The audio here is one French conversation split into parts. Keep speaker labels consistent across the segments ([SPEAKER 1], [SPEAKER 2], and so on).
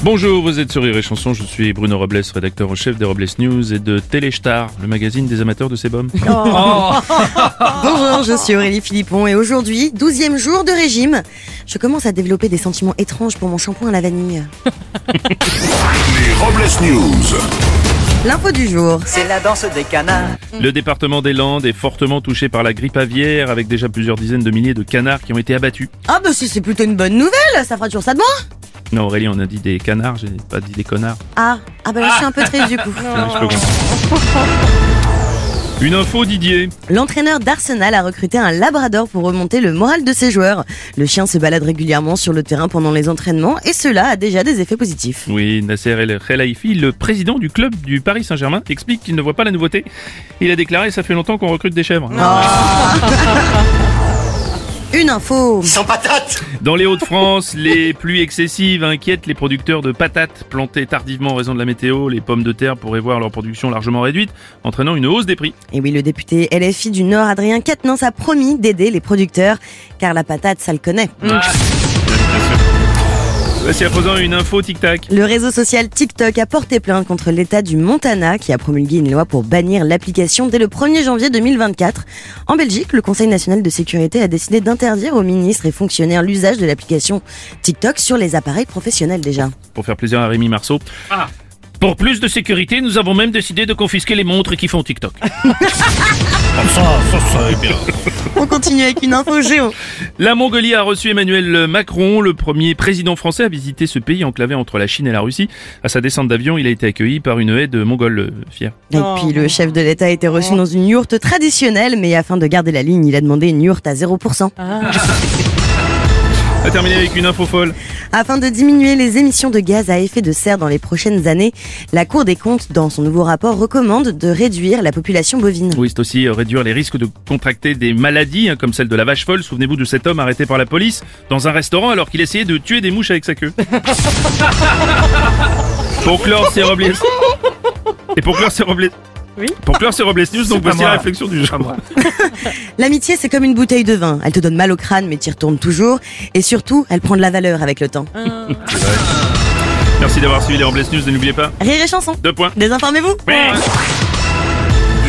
[SPEAKER 1] Bonjour, vous êtes sur Rire et Chanson, je suis Bruno Robles, rédacteur en chef des Robles News et de Téléstar, le magazine des amateurs de sébum.
[SPEAKER 2] Bonjour, je suis Aurélie Philippon et aujourd'hui, 12e jour de régime, je commence à développer des sentiments étranges pour mon shampoing à la vanille.
[SPEAKER 3] Les Robles News.
[SPEAKER 2] L'info du jour.
[SPEAKER 4] C'est la danse des canards.
[SPEAKER 1] Le département des Landes est fortement touché par la grippe aviaire avec déjà plusieurs dizaines de milliers de canards qui ont été abattus.
[SPEAKER 2] Ah bah si c'est plutôt une bonne nouvelle, ça fera toujours ça de moi
[SPEAKER 1] Non Aurélie, on a dit des canards, j'ai pas dit des connards.
[SPEAKER 2] Ah, ah bah là, je suis un peu triste du coup.
[SPEAKER 1] Je peux comprendre. Une info Didier.
[SPEAKER 2] L'entraîneur d'Arsenal a recruté un labrador pour remonter le moral de ses joueurs. Le chien se balade régulièrement sur le terrain pendant les entraînements et cela a déjà des effets positifs.
[SPEAKER 1] Oui, Nasser El Khelaifi, le président du club du Paris Saint-Germain, explique qu'il ne voit pas la nouveauté. Il a déclaré ça fait longtemps qu'on recrute des chèvres.
[SPEAKER 2] Une info.
[SPEAKER 5] Sans patate
[SPEAKER 1] Dans les Hauts-de-France, les pluies excessives inquiètent les producteurs de patates plantées tardivement en raison de la météo. Les pommes de terre pourraient voir leur production largement réduite, entraînant une hausse des prix.
[SPEAKER 2] Et oui, le député LFI du Nord, Adrien Quatennens, a promis d'aider les producteurs, car la patate, ça le connaît.
[SPEAKER 1] Voici à présent une info tic-tac.
[SPEAKER 2] Le réseau social TikTok a porté plainte contre l'État du Montana qui a promulgué une loi pour bannir l'application dès le 1er janvier 2024. En Belgique, le Conseil national de sécurité a décidé d'interdire aux ministres et fonctionnaires l'usage de l'application TikTok sur les appareils professionnels déjà.
[SPEAKER 1] Pour faire plaisir à Rémi Marceau. Pour plus de sécurité, nous avons même décidé de confisquer les montres qui font TikTok.
[SPEAKER 2] On continue avec une info géo.
[SPEAKER 1] La Mongolie a reçu Emmanuel Macron, le premier président français à visiter ce pays enclavé entre la Chine et la Russie. À sa descente d'avion, il a été accueilli par une haie de Mongols euh, fiers.
[SPEAKER 2] Et puis le chef de l'État a été reçu dans une yourte traditionnelle, mais afin de garder la ligne, il a demandé une yourte à 0%.
[SPEAKER 1] À terminer avec une info folle.
[SPEAKER 2] Afin de diminuer les émissions de gaz à effet de serre dans les prochaines années, la Cour des comptes, dans son nouveau rapport, recommande de réduire la population bovine.
[SPEAKER 1] Oui, c'est aussi euh, réduire les risques de contracter des maladies, hein, comme celle de la vache folle. Souvenez-vous de cet homme arrêté par la police dans un restaurant alors qu'il essayait de tuer des mouches avec sa queue. pour clore, c'est Robles. Et pour clore, c'est Robles. Oui. Pour clore, c'est Robles News, donc voici la réflexion du jour.
[SPEAKER 2] L'amitié, c'est comme une bouteille de vin. Elle te donne mal au crâne, mais t'y retournes toujours. Et surtout, elle prend de la valeur avec le temps.
[SPEAKER 1] Merci d'avoir suivi les Robles News et n'oubliez pas,
[SPEAKER 2] Rire et chanson.
[SPEAKER 1] deux points.
[SPEAKER 2] Désinformez-vous.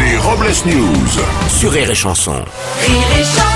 [SPEAKER 3] Les Robles News.
[SPEAKER 5] Sur Rire et Chanson.
[SPEAKER 6] Rire et chanson.